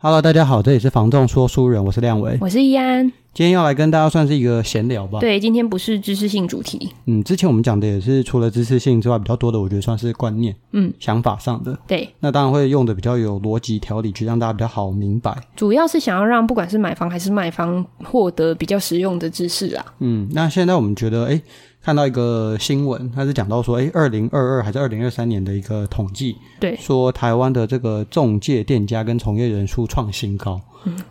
Hello，大家好，这里是房仲说书人，我是亮维。我是易安。今天要来跟大家算是一个闲聊吧。对，今天不是知识性主题。嗯，之前我们讲的也是除了知识性之外，比较多的我觉得算是观念、嗯，想法上的。对，那当然会用的比较有逻辑条理，去让大家比较好明白。主要是想要让不管是买房还是卖房，获得比较实用的知识啦。嗯，那现在我们觉得，哎，看到一个新闻，它是讲到说，哎，二零二二还是二零二三年的一个统计，对，说台湾的这个中介店家跟从业人数创新高，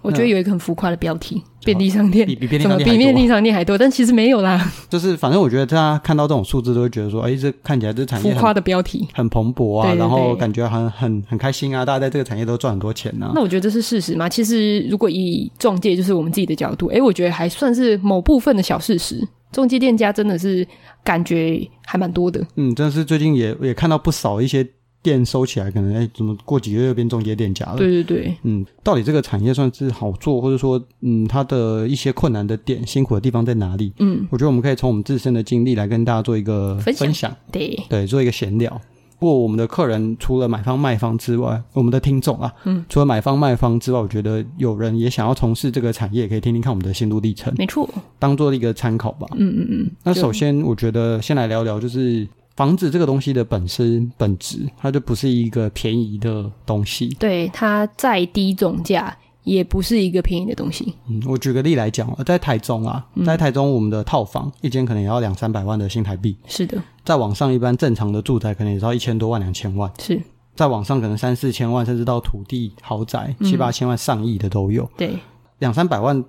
我觉得有一个很浮夸的标题：便利商店嗯哦比比便利怎么商比店便还利多。啊商店还多？但其实没有 啦，就是反正我觉得大家看到这种数字都会觉得说，哎，这看起来这产浮业夸很的标题。很蓬勃啊，对对然后对感觉很很很开心啊，大家在这个产业都赚很多钱呐、那我觉得这是事实嘛？其实如果以中介就是我们自己的角度，诶，我觉得还算是某部分的小事实。中介店家真的是感觉还蛮多的，嗯，真的是最近也也看到不少一些店收起来，可能哎怎么过几个月又变中介店家了。对对对，嗯，到底这个产业算是好做，或者说，嗯，它的一些困难的点、辛苦的地方在哪里？嗯，我觉得我们可以从我们自身的经历来跟大家做一个分享对，对，做一个闲聊。不过我们的客人除了买方卖方之外，我们的听众啊，嗯，除了买方卖方之外，我觉得有人也想要从事这个产业，可以听听看我们的心路历程，没错，当做一个参考吧。嗯嗯嗯，那就首先，我觉得先来聊聊，就是房子这个东西的本身本质，它就不是一个便宜的东西。对它再低总价也不是一个便宜的东西，嗯，我举个例来讲，在台中啊，嗯在台中我们的套房、一间可能也要两三百万的新台币，是的，在网上一般正常的住宅可能也是要一千多万、两千万，是在网上可能三四千万，甚至到土地豪宅嗯七八千万、上亿的都有，对，两三百万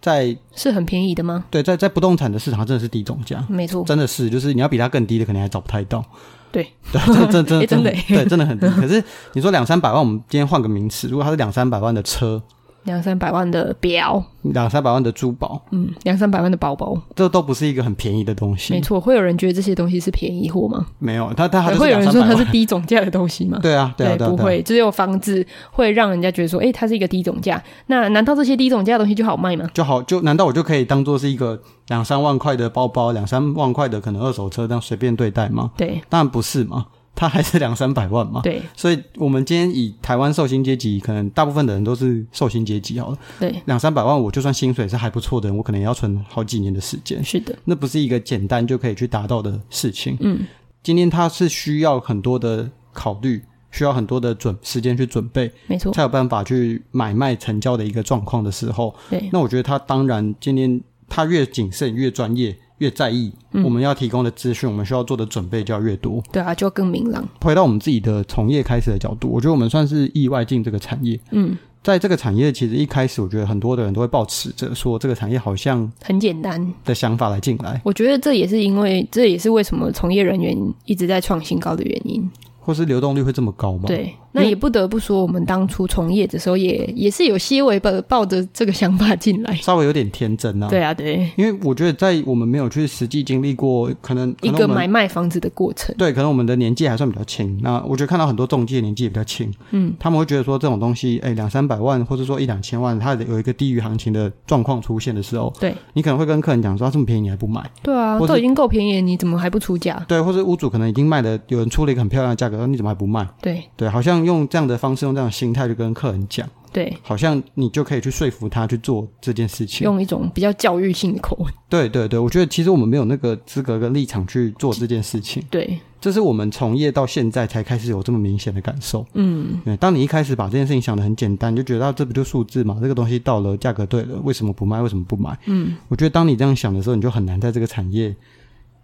在是很便宜的吗？对在在不动产的市场它真的是低总价。没错，真的是，就是你要比它更低的，可能还找不太到。对， 对，啊真真诶真 真的欸对，真的很低。可是你说两三百万，我们今天换个名词，如果它是两三百万的车，两三百万的表，两三百万的珠宝，嗯，两三百万的包包，这都不是一个很便宜的东西。没错，会有人觉得这些东西是便宜货吗？没有，他他他就是会有人说它200-300是万低总价的东西吗？对啊，对啊，对啊，不对啊会，只有房子会让人家觉得说，哎、它是一个低总价。那难道这些低总价的东西就好卖吗？就好就难道我就可以当做是一个两三万块的包包，两三万块的可能二手车这样随便对待吗？对当然不是嘛，它还是两三百万嘛。对所以，我们今天以台湾寿星阶级，可能大部分的人都是寿星阶级好了，对，两三百万，我就算薪水是还不错的人，我可能也要存好几年的时间，是的，那不是一个简单就可以去达到的事情。嗯，今天它是需要很多的考虑，需要很多的准时间去准备，没错，才有办法去买卖成交的一个状况的时候，对那我觉得他当然今天他越谨慎、越专业、越在意、嗯我们要提供的资讯，我们需要做的准备就要越多。对啊，就更明朗。回到我们自己的从业开始的角度，我觉得我们算是意外进这个产业。嗯，在这个产业，其实一开始我觉得很多的人都会抱持着说这个产业好像很简单。的想法来进来，我觉得这也是因为，这也是为什么从业人员一直在创新高的原因。或是流动率会这么高吗？，对，那也不得不说，我们当初从业的时候也也是有些微抱抱着这个想法进来。稍微有点天真啊。对，啊，对，因为我觉得在我们没有去实际经历过，可能一可能个我们买卖房子的过程。对，可能我们的年纪还算比较轻。那我觉得看到很多中介年纪也比较轻，嗯，他们会觉得说这种东西，哎，两三百万或者说一两千万，它有一个低于行情的状况出现的时候，对，你可能会跟客人讲说，啊这么便宜你还不买？对啊，或是都已经够便宜了，你怎么还不出价？对，或者屋主可能已经卖的，有人出了一个很漂亮的价格，你怎么还不卖？对对，好像用这样的方式，用这样的心态去跟客人讲，对，好像你就可以去说服他去做这件事情。用一种比较教育性的口吻。对对对，我觉得其实我们没有那个资格跟立场去做这件事情，对，这是我们从业到现在才开始有这么明显的感受。嗯，对，当你一开始把这件事情想得很简单，你就觉得啊，这不就数字嘛，这个东西到了，价格对了，为什么不卖？为什么不买？嗯，我觉得当你这样想的时候，你就很难在这个产业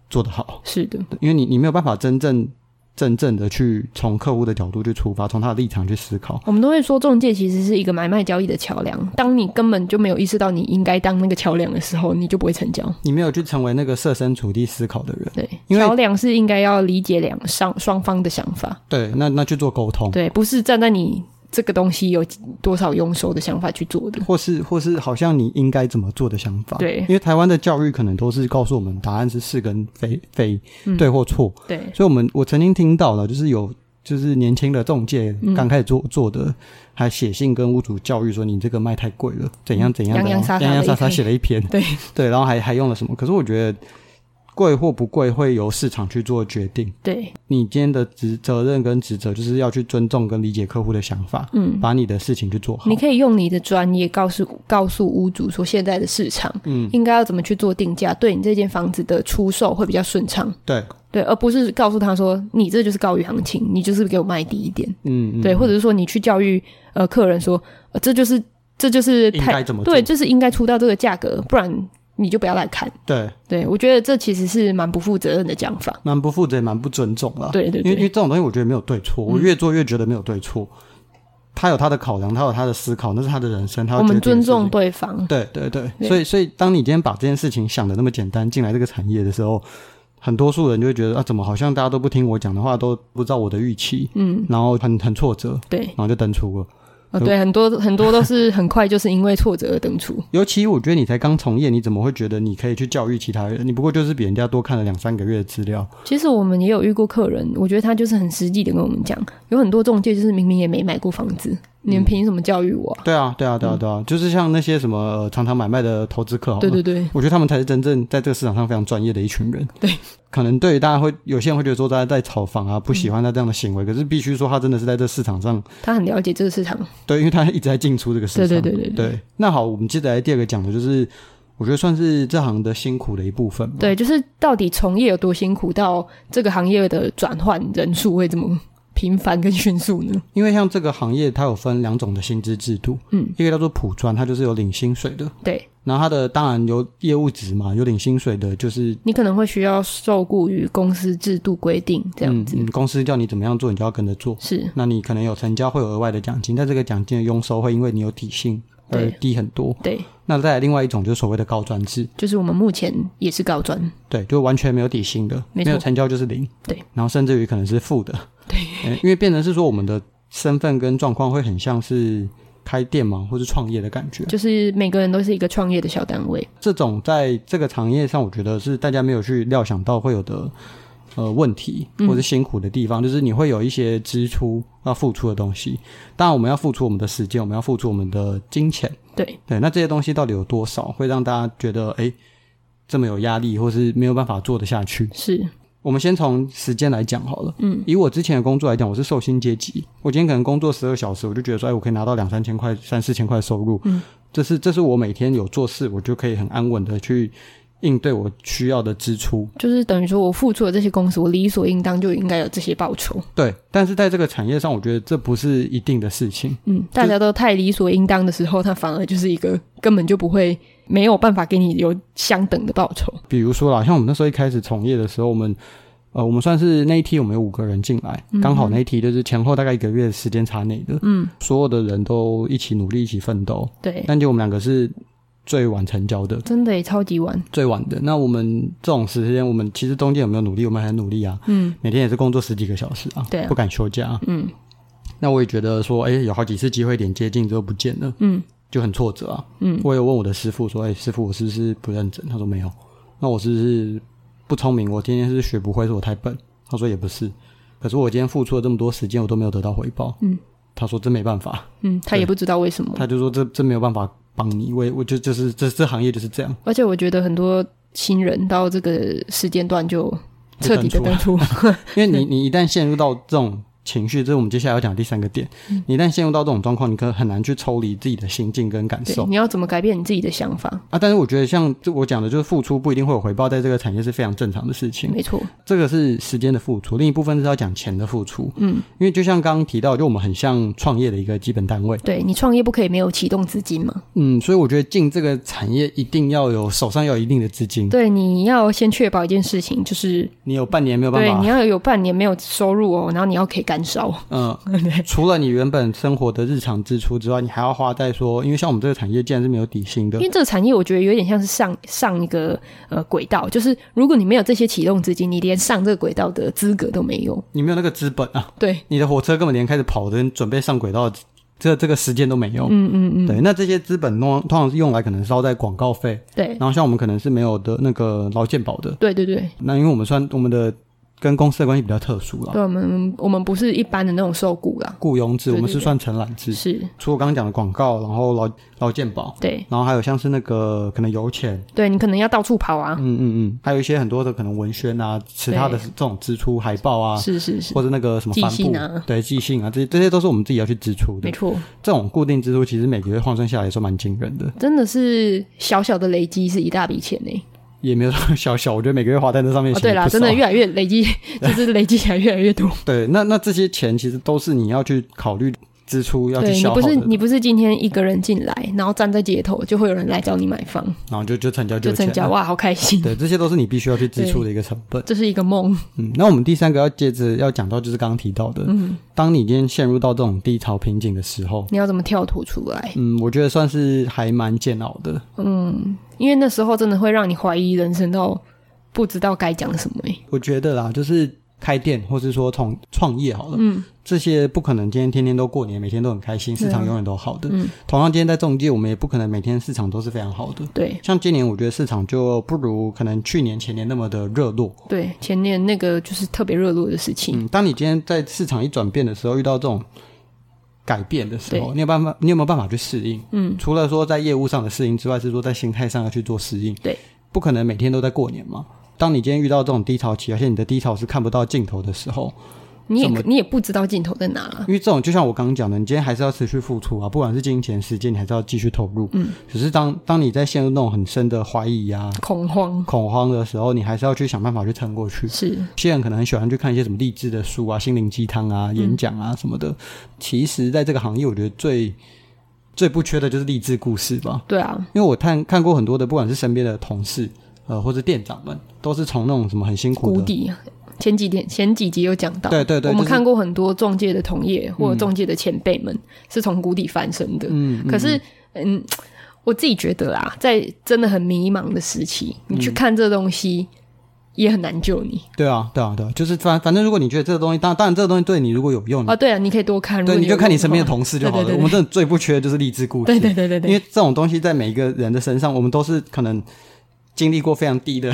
做得好，是的，因为你你没有办法真正真正的去从客户的角度去出发，从他的立场去思考。我们都会说中介其实是一个买卖交易的桥梁。当你根本就没有意识到你应该当那个桥梁的时候，你就不会成交。你没有去成为那个设身处地思考的人，对，因为桥梁是应该要理解两上双方的想法，对，那那去做沟通，对，不是站在你这个东西有多少佣收的想法去做的。或是或是好像你应该怎么做的想法。对因为台湾的教育可能都是告诉我们答案是是跟非非对或错，对，所以我们我曾经听到了，就是有就是年轻的中介嗯刚开始做、做的，还写信跟屋主教育说你这个卖太贵了，怎样怎样嗯洋的，洋洒洒的洋洋洒洒一篇写了一篇，对 对，然后还还用了什么？可是我觉得贵或不贵会由市场去做决定。对，你今天的职责任跟职责就是要去尊重跟理解客户的想法，嗯，把你的事情去做好你。可以用你的专业告诉告诉屋主说，现在的市场嗯，应该要怎么去做定价，对你这间房子的出售会比较顺畅。对，对，而不是告诉他说你这就是高于行情，你就是给我卖低一点。嗯，嗯对，或者是说你去教育呃客人说，呃、这就是这就是应太该怎么做？对，就是应该出到这个价格，不然你就不要来看。对，对我觉得这其实是蛮不负责任的讲法。蛮不负责，也蛮不尊重了。对对哦嗯因为因为对，这种东西我觉得没有对错，我越做越觉得没有对错。他有他的考量，他有他的思考，那是他的人生，他要我们决定尊的事情重。对方。对对对，对所以所以当你今天把这件事情想的那么简单，进来这个产业的时候，很多数人就会觉得啊，怎么好像大家都不听我讲的话，都不知道我的预期，嗯，然后很很挫折，对，然后就登出了。哦对，很多很多都是很快就是因为挫折而登出。尤其我觉得你才刚从业，你怎么会觉得你可以去教育其他人？你不过就是比人家多看了两三个月的资料。其实我们也有遇过客人，我觉得他就是很实际的跟我们讲，有很多中介就是明明也没买过房子，你嗯们凭什么教育我啊、对啊，对啊，对啊，对啊，就是像那些什么、呃常常买卖的投资客，好了对对对，我觉得他们才是真正在这个市场上非常专业的一群人。 对，可能对于大家会有些人会觉得说大家在炒房啊，不喜欢他这样的行嗯为，可是必须说他真的是在这市场上，他很了解这个市场。对，因为他一直在进出这个市对场。对对对对对那好，我们接着来第二个讲的就是，我觉得算是这行的辛苦的一部分吧。对，就是到底从业有多辛苦，到这个行业的转换人数会这么频繁跟迅速呢？因为像这个行业，它有分两种的薪资制度，嗯，一个叫做普专，它就是有领薪水的。对然后它的当然有业务值嘛，有领薪水的，就是你可能会需要受雇于公司制度规定这样子，嗯嗯，公司叫你怎么样做，你就要跟着做。是那你可能有成交会有额外的奖金，但这个奖金的佣收会因为你有底薪而对低很多。对，那再来另外一种就是所谓的高专制，就是我们目前也是高专，对，就完全没有底薪的，没错没有成交就是零，对，然后甚至于可能是负的，对，因为变成是说我们的身份跟状况会很像是开店嘛，或是创业的感觉。就是每个人都是一个创业的小单位。这种在这个行业上，我觉得是大家没有去料想到会有的呃问题，或是辛苦的地方，就是你会有一些支出要付出的东西。当然，我们要付出我们的时间，我们要付出我们的金钱。对对，那这些东西到底有多少会让大家觉得诶这么有压力，或是没有办法做得下去？是我们先从时间来讲好了。嗯，以我之前的工作来讲，我是受薪阶级，我今天可能工作十二小时，我就觉得说，哎，我可以拿到两三千块、三四千块收入。嗯，这是这是我每天有做事，我就可以很安稳的去应对我需要的支出。就是等于说我付出了这些公司，我理所应当就应该有这些报酬。对，但是在这个产业上，我觉得这不是一定的事情。嗯，大家都太理所应当的时候，它反而就是一个根本就不会没有办法给你有相等的报酬。比如说啦，像我们那时候一开始从业的时候，我们呃，我们算是那一梯我们有五个人进来，刚好那一梯就是前后大概一个月的时间差内的，嗯，所有的人都一起努力，一起奋斗，对，但就我们两个是最晚成交的，真的也超级晚。最晚的。那我们这种时间，我们其实中间有没有努力？我们很努力啊，嗯，每天也是工作十几个小时啊，对啊不敢休假、啊。嗯，那我也觉得说，哎、有好几次机会点接近之后不见了，嗯，就很挫折啊。嗯，我有问我的师傅说，哎、师傅，我是不是不认真？他说没有。那我是不是不聪明？我天天是学不会，是我太笨？他说也不是。可是我今天付出了这么多时间，我都没有得到回报。嗯，他说真没办法，嗯，他也不知道为什么。他就说这这没有办法帮你。我也我就就是这这行业就是这样。而且我觉得很多新人到这个时间段就彻底的登 出，因为你你一旦陷入到这种情绪，这是我们接下来要讲的第三个点。嗯你一旦陷入到这种状况，你可能很难去抽离自己的心境跟感对，受你要怎么改变你自己的想法？啊。但是我觉得像这我讲的，就是付出不一定会有回报，在这个产业是非常正常的事情。没错，这个是时间的付出，另一部分是要讲钱的付出。嗯，因为就像刚刚提到，就我们很像创业的一个基本单位。对你创业不可以没有启动资金嘛？嗯，所以我觉得进这个产业一定要有手上要有一定的资金，对，你要先确保一件事情，就是你有半年没有办对你法。要有半年没有收入哦，然后你要可以干烧， 嗯，除了你原本生活的日常支出之外，你还要花在说，因为像我们这个产业既然是没有底薪的因，为这个产业我觉得有点像是上上一个呃轨道，就是如果你没有这些启动资金，你连上这个轨道的资格都没有。你没有那个资本啊，对你的火车根本连开始跑的、准备上轨道的这这个时间都没有。嗯嗯嗯，对。那这些资本通常通常是用来可能烧在广告费，对然后像我们可能是没有的那个劳健保的。对对对，那因为我们算我们的跟公司的关系比较特殊啦，对我们我们不是一般的那种受雇啦，雇佣制，对我们对是对算承揽制。是除我刚刚讲的广告，然后劳劳健保，对然后还有像是那个可能油钱，对，你可能要到处跑啊，嗯嗯嗯，还有一些很多的可能文宣啊，其他的对这种支出海报啊，是是是，或者那个什么寄帆信布，啊对寄信啊，这些这些都是我们自己要去支出的没。错，这种固定支出其实每个月换算下来说蛮惊人的，真的是小小的累积是一大笔钱呢、也没有说小小，我觉得每个月花在这上面哦，其实对啦，不少真的越来越累积， 就是累积起来越来越多。对。那那这些钱其实都是你要去考虑支出 要去对你消耗不的，是你不是今天一个人进来，然后站在街头，就会有人来找你买房，然后就就成交就有钱成交了。哇，好开心， 对，这些都是你必须要去支出的一个成本。这是一个梦。嗯，那我们第三个要接着要讲到就是刚刚提到的，嗯，当你今天陷入到这种低潮瓶颈的时候，你要怎么跳脱出来？嗯，我觉得算是还蛮煎熬的。因为那时候真的会让你怀疑人生到不知道该讲什么、欸。我觉得啦，就是开店或是说从创业好了，嗯，这些不可能今天天天都过年，每天都很开心，市场永远都好的。嗯，同样今天在中介，我们也不可能每天市场都是非常好的。对像今年，我觉得市场就不如可能去年前年那么的热络。对，前年那个就是特别热络的事情，嗯，当你今天在市场一转变的时候，遇到这种改变的时候，对你有办法，你有没有办法去适应？嗯，除了说在业务上的适应之外，是说在心态上要去做适应。对，不可能每天都在过年嘛。当你今天遇到这种低潮期，而且你的低潮是看不到尽头的时候，你也怎么你也不知道尽头在哪了。因为这种就像我刚刚讲的，你今天还是要持续付出啊，不管是金钱、时间，你还是要继续投入。嗯，只是当当你在陷入那种很深的怀疑啊、恐慌恐慌的时候，你还是要去想办法去撑过去。是有些人可能很喜欢去看一些什么励志的书啊、心灵鸡汤啊、演讲啊什么的。其实，在这个行业，我觉得最最不缺的就是励志故事吧。对啊，因为我看看过很多的，不管是身边的同事，呃，或者店长们，都是从那种什么很辛苦谷的，底。前几天前几集有讲到，对对对我们就是看过很多中介的同业或者中介的前辈们、是从谷底翻身的。嗯，可是，嗯，我自己觉得啦，在真的很迷茫的时期，嗯你去看这东西、也很难救你对啊，对啊，对啊，就是反反正，如果你觉得这个东西，当当然这个东西对你如果有用，啊。对啊，你可以多看，如果嗯对，你就看你身边的有同事就好了。对对对对我们真的最不缺的就是励志故事，对对对对对因为这种东西在每一个人的身上，我们都是可能经历过非常低的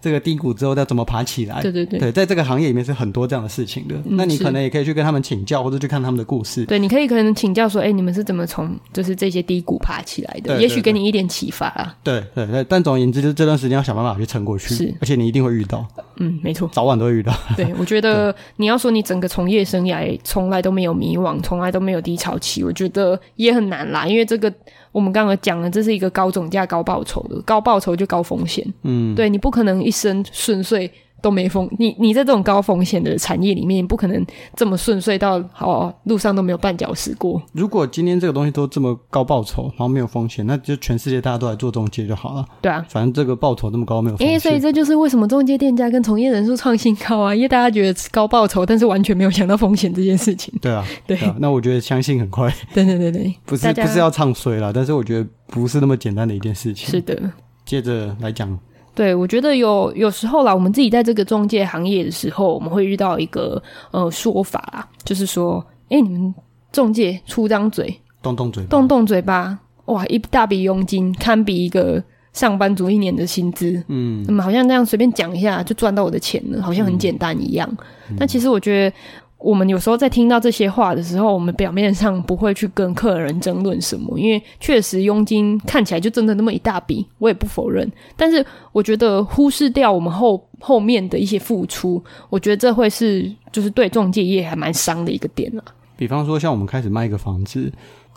这个低谷之后，要怎么爬起来。对对对在这个行业里面是很多这样的事情的。那你是可能也可以去跟他们请教，或者去看他们的故事。对，你可以可能请教说，哎、你们是怎么从就是这些低谷爬起来的？对对也许给对你一点启发啊啦。对对对，但总而言之，就是这段时间要想办法去撑过去，是而且你一定会遇到，嗯，没错。早晚都会遇到。对，我觉得你要说你整个从业生涯从来都没有迷惘，从来都没有低潮期，我觉得也很难啦。因为这个我们刚刚讲了，这是一个高总价、高报酬的，高报酬就高风险。嗯，对你不可能一生顺遂都没风，你你在这种高风险的产业里面，你不可能这么顺遂到哦路上都没有绊脚石过。如果今天这个东西都这么高报酬，然后没有风险，那就全世界大家都来做中介就好了。对啊，反正这个报酬那么高，没有风因险。为所以这就是为什么中介店家跟从业人数创新高啊，因为大家觉得高报酬，但是完全没有想到风险这件事情。对啊，对啊。嗯那我觉得相信很快对对对对，不是大家不是要唱衰啦，但是我觉得不是那么简单的一件事情。是的。接着来讲，对，我觉得有有时候啦，我们自己在这个中介行业的时候，我们会遇到一个呃说法啦，就是说，哎，你们中介出张嘴，动动嘴巴，动动嘴巴，哇，一大笔佣金堪比一个上班族一年的薪资，嗯，嗯，好像这样随便讲一下就赚到我的钱了，好像很简单一样。嗯但其实我觉得，我们有时候在听到这些话的时候，我们表面上不会去跟客人争论什么，因为确实佣金看起来就真的那么一大笔，我也不否认。但是我觉得忽视掉我们后后面的一些付出，我觉得这会是就是对中介业还蛮伤的一个点啊了、比方说像我们开始卖一个房子，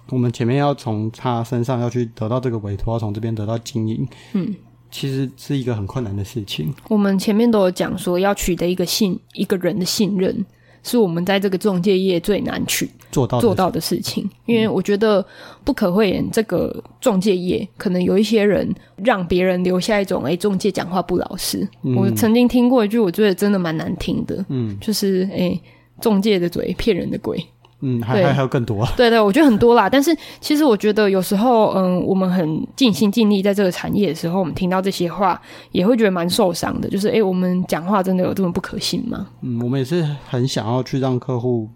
我们前面要从他身上要去得到这个委托，要从这边得到经营，嗯，其实是一个很困难的事情。我们前面都有讲说，要取得一个信一个人的信任，是我们在这个中介业最难取做到的做到的事情，因为我觉得不可讳言，这个中介业可能有一些人让别人留下一种哎、诶中介讲话不老实。嗯我曾经听过一句，我觉得真的蛮难听的，嗯，就是哎、诶中介的嘴骗人的鬼，嗯，还对还还有更多啊，对对，我觉得很多啦。但是其实我觉得有时候，嗯，我们很尽心尽力在这个产业的时候，我们听到这些话，也会觉得蛮受伤的。就是，哎，我们讲话真的有这么不可信吗？嗯，我们也是很想要去让客户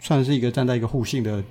算是一个站在一个互信的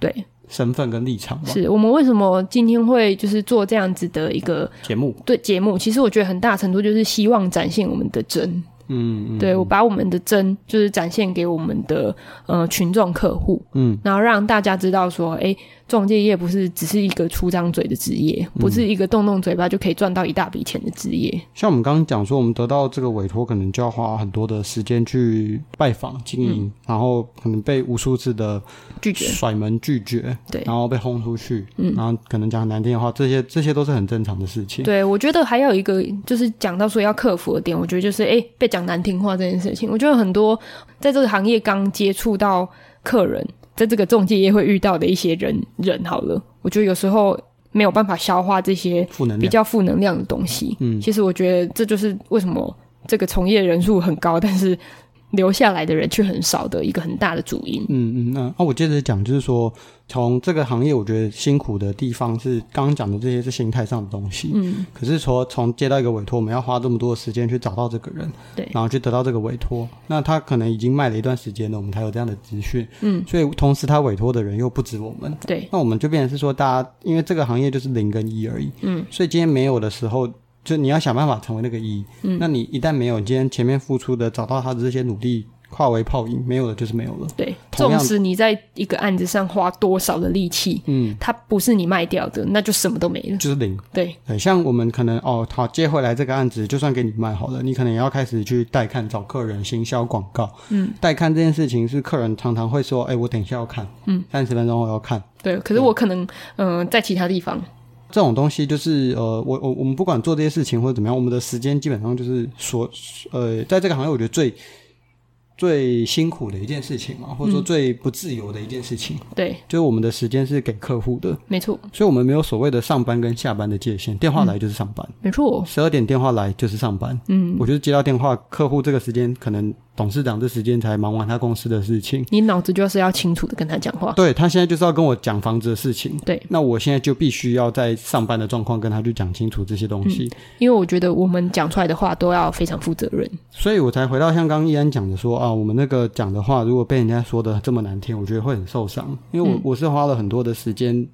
对，身份跟立场吧。是我们为什么今天会就是做这样子的一个节目，对节目？其实我觉得很大程度就是希望展现我们的真，嗯嗯对我把我们的真就是展现给我们的呃群众客户，嗯，然后让大家知道说，哎，中介业不是只是一个出张嘴的职业，嗯不是一个动动嘴巴就可以赚到一大笔钱的职业。像我们刚刚讲说，我们得到这个委托，可能就要花很多的时间去拜访经营，然后可能被无数次的拒绝，甩门拒绝，对然后被轰出去，然后可能讲难听的话，这些这些都是很正常的事情。对我觉得还有一个就是讲到说要克服的点，我觉得就是哎、诶被讲难听话这件事情，我觉得很多在这个行业刚接触到客人，在这个中介业会遇到的一些人人好了，我觉得有时候没有办法消化这些负能比量，较负能量的东西。嗯其实我觉得这就是为什么这个从业人数很高，但是留下来的人却很少的一个很大的主因。嗯嗯，那、啊、我接着讲，就是说，从这个行业，我觉得辛苦的地方是刚刚讲的这些是心态上的东西。嗯，可是说从接到一个委托，我们要花这么多的时间去找到这个人，对然后去得到这个委托，那他可能已经卖了一段时间了，我们才有这样的资讯。嗯，所以同时他委托的人又不止我们，对，那我们就变成是说，大家因为这个行业就是零跟一而已，嗯，所以今天没有的时候，就你要想办法成为那个一，嗯，那你一旦没有，今天前面付出的找到他的这些努力化为泡影，没有了就是没有了，对，同纵样使你在一个案子上花多少的力气，嗯，它不是你卖掉的，那就什么都没了。就是零。对，很像我们可能哦，好接回来这个案子，就算给你卖好了，你可能也要开始去带看、找客人、行销广告。嗯，带看这件事情是客人常常会说，哎，我等一下要看，嗯，三十分钟我要看。对。可是我可能，嗯、在其他地方，这种东西就是呃，我我我们不管做这些事情或者怎么样，我们的时间基本上就是所呃，在这个行业我觉得最最辛苦的一件事情嘛，或者说最不自由的一件事情，对，就是我们的时间是给客户的，没错，所以我们没有所谓的上班跟下班的界限，电话来就是上班，没错，十二点电话来就是上班。嗯，我就是接到电话，客户这个时间可能董事长这时间才忙完他公司的事情，你脑子就是要清楚的跟他讲话。对他现在就是要跟我讲房子的事情。对，那我现在就必须要在上班的状况跟他去讲清楚这些东西，因为我觉得我们讲出来的话都要非常负责任。所以我才回到像刚刚依安讲的说啊，我们那个讲的话，如果被人家说的这么难听，我觉得会很受伤，因为我、嗯我是花了很多的时间，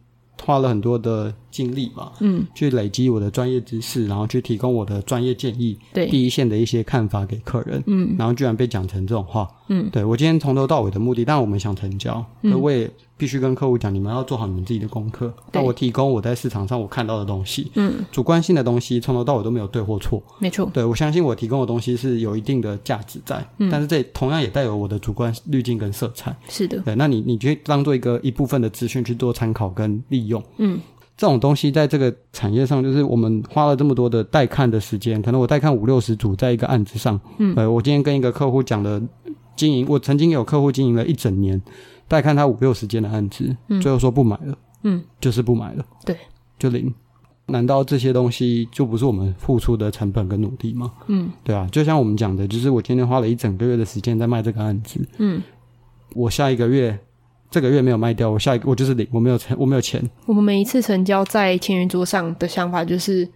花了很多的精力吧，嗯，去累积我的专业知识，然后去提供我的专业建议，对，第一线的一些看法给客人，嗯，然后居然被讲成这种话，嗯，对我今天从头到尾的目的，但我们想成交，那我也必须跟客户讲，你们要做好你们自己的功课。对那我提供我在市场上我看到的东西，嗯，主观性的东西，从头到尾都没有对或错。没错，对我相信我提供的东西是有一定的价值在，嗯但是这同样也带有我的主观滤镜跟色彩。是的，对，那你你去当做一个一部分的资讯去做参考跟利用。嗯，这种东西在这个产业上，就是我们花了这么多的带看的时间，可能我带看五六十组在一个案子上，嗯呃，我今天跟一个客户讲的经营，我曾经有客户经营了一整年，带看他五六十间的案子，嗯最后说不买了，嗯，就是不买了，对，就零。难道这些东西就不是我们付出的成本跟努力吗？嗯对啊，就像我们讲的，就是我今天花了一整个月的时间在卖这个案子，嗯，我下一个月这个月没有卖掉，我下一个我就是零，我没有钱，我没有 钱，我们每一次成交在签约桌上的想法就是，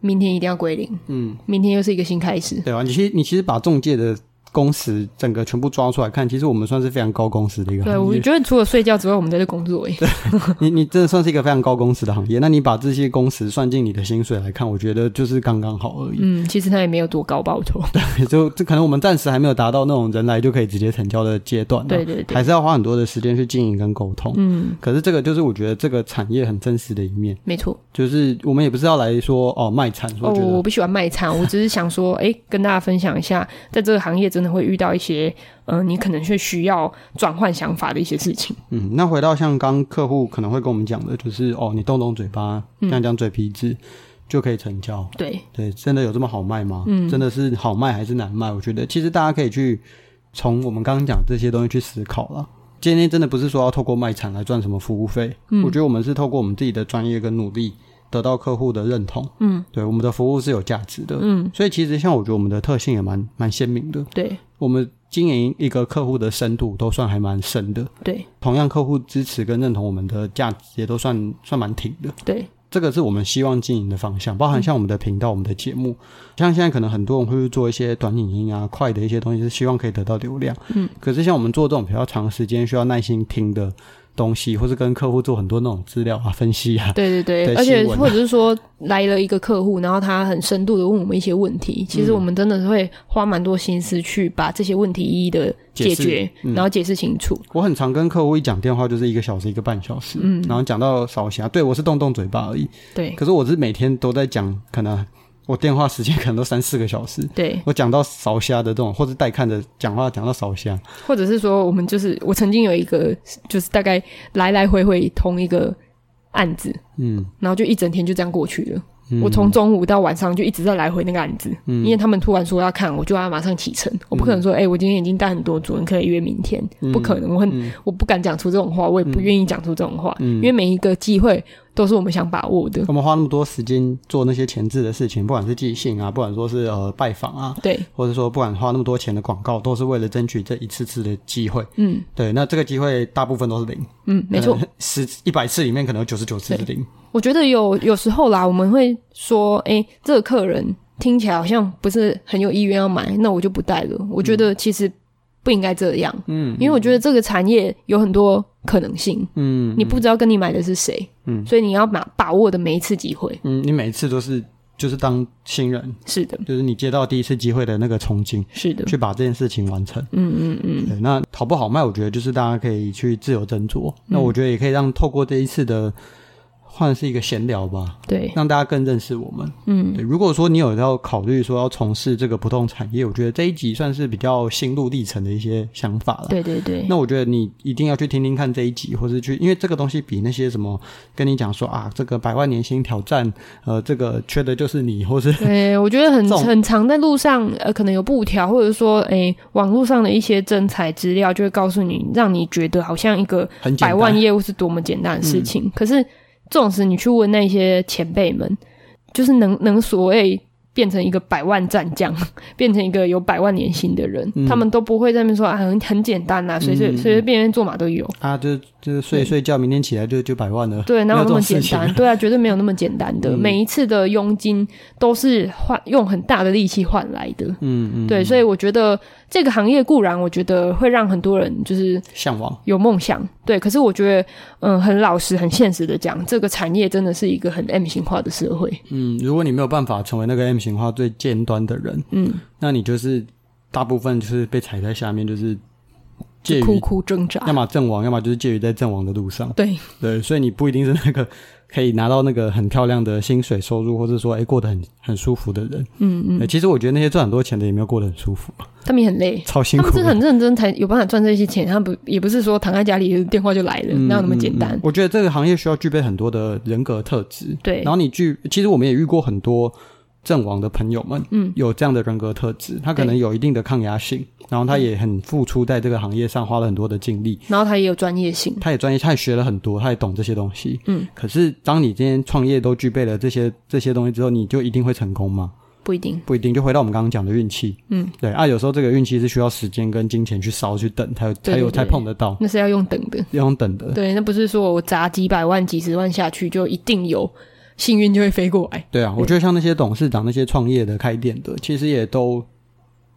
明天一定要归零，嗯，明天又是一个新开始。对吧、啊你其实你其实把中介的工时整个全部抓出来看，其实我们算是非常高工时的一个对，行我业。觉得除了睡觉之外，我们在这工作耶。欸你你真的算是一个非常高工时的行业。那你把这些工时算进你的薪水来看，我觉得就是刚刚 好而已。嗯，其实他也没有多高报 酬。就这可能我们暂时还没有达到那种人来就可以直接成交的阶段、啊，对对对还是要花很多的时间去经营跟沟通。嗯，可是这个就是我觉得这个产业很真实的一面，没错。就是我们也不是要来说哦卖惨，哦，说觉得、我不喜欢卖惨，我只是想说， 哎、跟大家分享一下，在这个行业真的会遇到一些，呃，你可能是需要转换想法的一些事情。嗯，那回到像刚客户可能会跟我们讲的，就是哦，你动动嘴巴，讲讲嘴皮子、就可以成交。对，对，真的有这么好卖吗？嗯，真的是好卖还是难卖？我觉得其实大家可以去从我们刚刚讲这些东西去思考了。今天真的不是说要透过卖惨来赚什么服务费，嗯、我觉得我们是透过我们自己的专业跟努力得到客户的认同。嗯，对，我们的服务是有价值的。嗯，所以其实像我觉得我们的特性也蛮蛮鲜明的，对，我们经营一个客户的深度都算还蛮深的。对，同样客户支持跟认同我们的价值，也都算算蛮挺的。对，这个是我们希望经营的方向，包含像我们的频道、我们的节目，像现在可能很多人会去做一些短影音啊、快的一些东西，是希望可以得到流量。嗯，可是像我们做这种比较长时间需要耐心听的东西，或是跟客户做很多那种资料啊、分析啊，对对对，对而且新闻啊或者是说来了一个客户，然后他很深度的问我们一些问嗯题，其实我们真的是会花蛮多心思去把这些问题一一的解解释嗯决，然后解释清楚。我很常跟客户一讲电话就是一个小时、一个半小时，嗯，然后讲到少侠，对我是动动嘴巴而已，对可是我是每天都在讲，可能我电话时间可能都三四个小时。对，我讲到少虾的这种，或者带看的讲话讲到少虾，或者是说我们就是我曾经有一个就是大概来来回回同一个案子，嗯，然后就一整天就这样过去了。嗯我从中午到晚上就一直在来回那个案子，因为他们突然说要看，我就要马上启程。嗯我不可能说，哎、我今天已经带很多组，你可以约明天，不可能，我很、嗯我不敢讲出这种话，我也不愿意讲出这种话，因为每一个机会都是我们想把握的。我们花那么多时间做那些前置的事情，不管是寄信啊，不管说是呃拜访啊，对，或者说不管花那么多钱的广告，都是为了争取这一次次的机会。嗯对，那这个机会大部分都是零，嗯，没错可。能十一百次里面可能有九十九次是零。我觉得有有时候啦，我们会说，哎、这个客人听起来好像不是很有意愿要买，那我就不带了。我觉得其实不应该这样，嗯因为我觉得这个产业有很多可能性，嗯你不知道跟你买的是谁，嗯所以你要把把握的每一次机会。嗯，你每一次都是就是当新人，是的，就是你接到第一次机会的那个憧憬，是的，去把这件事情完成。嗯嗯嗯，对，那好不好卖，我觉得就是大家可以去自由斟酌。那嗯我觉得也可以让透过这一次的，换是一个闲聊吧，对，让大家更认识我们。嗯对，如果说你有要考虑说要从事这个不动产业，我觉得这一集算是比较心路历程的一些想法了。对对对，那我觉得你一定要去听听看这一集，或是去，因为这个东西比那些什么跟你讲说啊，这个百万年薪挑战，呃，这个缺的就是你，或是对，我觉得很这种很常在路上，呃，可能有布条，或者说，哎，网络上的一些真材资料，就会告诉你，让你觉得好像一个很简单百万业务是多么简单的事情。可是，纵使你去问那些前辈们，就是能能所谓变成一个百万战将， 变成一个有百万年薪的人，嗯他们都不会在那边说啊，很很简单呐、随随嗯嗯嗯随随便便做马都有。啊，就就是睡一睡觉，明天起来就就百万了。对，哪有那没么有这简种事情 单？对啊，绝对没有那么简单的。嗯每一次的佣金都是换用很大的力气换来的。嗯嗯，对，所以我觉得这个行业固然，我觉得会让很多人就是向往。有梦想，对。可是我觉得，嗯，很老实、很现实的讲，这个产业真的是一个很 M 型化的社会。嗯，如果你没有办法成为那个 M 型化最尖端的人，嗯，那你就是大部分就是被踩在下面，就是介于苦苦挣要扎。么阵亡，要么就是介于在阵亡的路上。对，对，所以你不一定是那个可以拿到那个很漂亮的薪水收入，或者说哎、诶过得很很舒服的人。嗯嗯，嗯，其实我觉得那些赚很多钱的也没有过得很舒服，他们也很累，超辛他苦们的。是很认哦真才有办法赚这些钱，他们不也不是说躺在家里电话就来了，嗯哪有那么简嗯单嗯？我觉得这个行业需要具备很多的人格特质。对然后你具，其实我们也遇过很多阵亡的朋友们，嗯，有这样的人格特质，他可能有一定的抗压性，然后他也很付出在这个行业上，花了很多的精力，然后他也有专业性。他也专业，他也学了很多，他也懂这些东西，嗯。可是当你今天创业都具备了这些这些东西之后，你就一定会成功吗？不一定，不一定，就回到我们刚刚讲的运气，嗯，对啊，有时候这个运气是需要时间跟金钱去烧去等，才有对才有对才对碰得到，那是要用等的。要用等的，对，那不是说我砸几百万、几十万下去就一定有幸运就会飞过来。对啊，我觉得像那些董事长、那些创业的、开店的，其实也都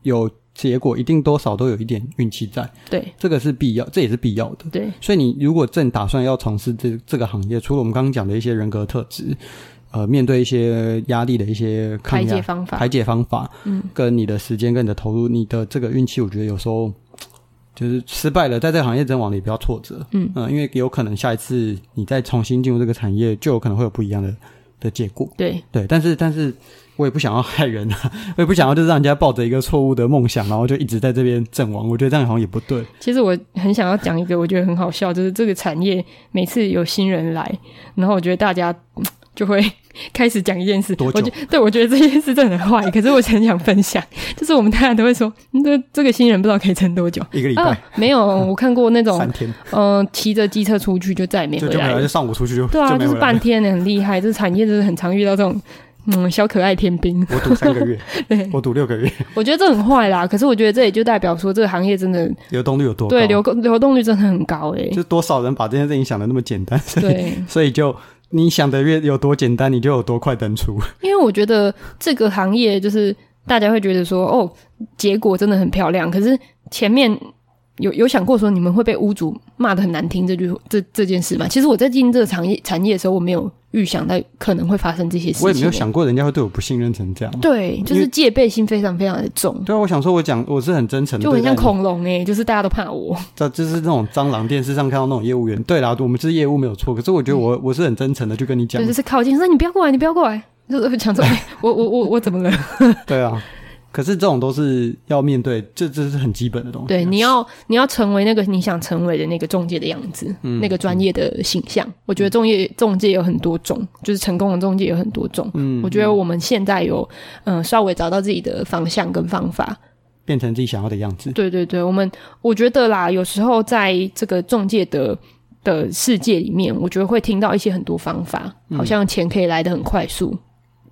有结果，一定多少都有一点运气在，对这个是必要，这也是必要的。对，所以你如果正打算要从事这这个行业，除了我们刚刚讲的一些人格特质，呃，面对一些压力的一些抗排压解方法排解方法，嗯，跟你的时间、跟你的投入、你的这个运气，我觉得有时候。就是失败了，在这个行业真往里不要挫折，嗯因为有可能下一次你再重新进入这个产业，就有可能会有不一样的的结果。对对，但是但是我也不想要害人啊，我也不想要就是让人家抱着一个错误的梦想，然后就一直在这边阵亡。我觉得这样好像也不对。其实我很想要讲一个我觉得很好笑，就是这个产业每次有新人来，然后我觉得大家嗯就会开始讲一件事。多我久觉对我觉得这件事真的很 坏，可是我很想分享，就是我们大家都会说，嗯这这个新人不知道可以撑多久。一个礼拜、啊，没 有，我看过那种，三天，嗯、骑着机车出去就再也没就回就没来了，了就。上午出去就对啊，就没就是回来半了。天的很厉害，这产业就是很常遇到这种嗯小可爱天 兵。我赌三个月 对，我赌六个月，我觉得这很坏啦，可是我觉得这也就代表说这个行业真的流动率有多高？对流流动率真的很高诶、就 多少人把这件事情想的那么简单， 所以对，所以就你想的越有多简单，你就有多快登出。因为我觉得这个行业就是大家会觉得说哦，结果真的很漂亮，可是前面有有想过说你们会被屋主骂的很难听这句这这件事吗？其实我在进这个产业产业的时候，我没有预想到可能会发生这些事情。我也没有，想过人家会对我不信任成这样。对，就是戒备心非常非常的重，对啊，我想说，我讲我是很真诚的，就很像，恐龙哎、就是大家都怕我。这就是那种蟑螂电视上看到那种业务员。对啦，我们是业务没有错，可是我觉得我、我是很真诚的去跟你讲嗯对，，就是靠近说你不要过来，你不要过来， 就是想 说、哎我我我我怎么了？对啊。 可是这种都是要面对，这这是很基本的东西。对，你要你要成为那个你想成为的那个中介的样子，那个专业的形象。我觉得中介中介有很多种，就是成功的中介有很多种。嗯，我觉得我们现在有嗯、呃稍微找到自己的方向跟方法。变成自己想要的样子。对对对，我们我觉得啦，有时候在这个中介的。的世界里面，我觉得会听到一些很多方法，好像钱可以来的很快速，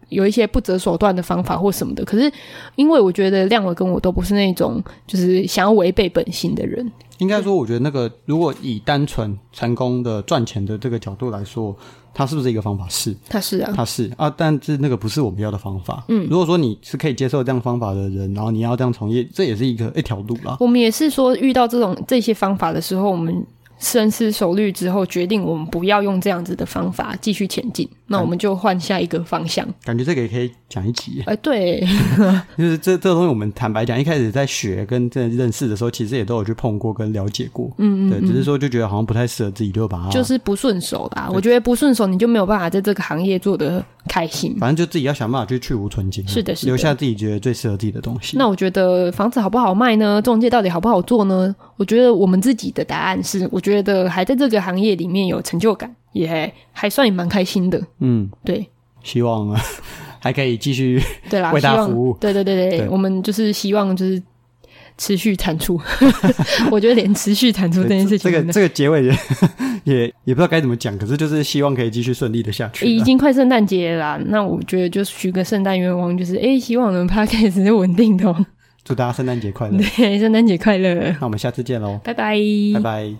有一些不择手段的方法或什么的。可是，因为我觉得亮伟跟我都不是那种就是想要违背本心的人，应该说，我觉得那个如果以单纯成功的赚钱的这个角度来说，它是不是一个方法？是，他是啊，它是啊，但是那个不是我们要的方法。嗯，如果说你是可以接受这样方法的人，然后你要这样从业，这也是一个一条路啦。我们也是说，遇到这种这些方法的时候，我们深思熟虑之后，决定我们不要用这样子的方法继续前进，那我们就换下一个方向。感觉这个也可以讲一集耶，哎、对， 就是这这东西，我们坦白讲，一开始在学跟在认识的时候，其实也都有去碰过跟了解过。嗯嗯对，只是说就觉得好像不太适合自己，就把它就是不顺手啦。我觉得不顺手，你就没有办法在这个行业做得开心。反正就自己要想办法去去无存菁啊，是的是的留下自己觉得最适合自己的东西。那我觉得房子好不好卖呢？中介到底好不好做呢？我觉得我们自己的答案是，我觉得还在这个行业里面有成就感，也还还算蛮开心的。嗯，对，希望啊还可以继 续对啦，为希大家望服务对对对对，对我们就是希望就是持续产出。 我觉得连持续产出这件事情这真个的，这个结尾也也也不知道该怎么讲，可是就是希望可以继续顺利的下去已啦。经快圣诞节了啦，那我觉得就许个圣诞愿望，就是哎，诶希望我们 podcast 是稳定的哦。祝大家圣诞节快乐！对，圣诞节快乐，那我们下次见喽，拜拜，拜拜。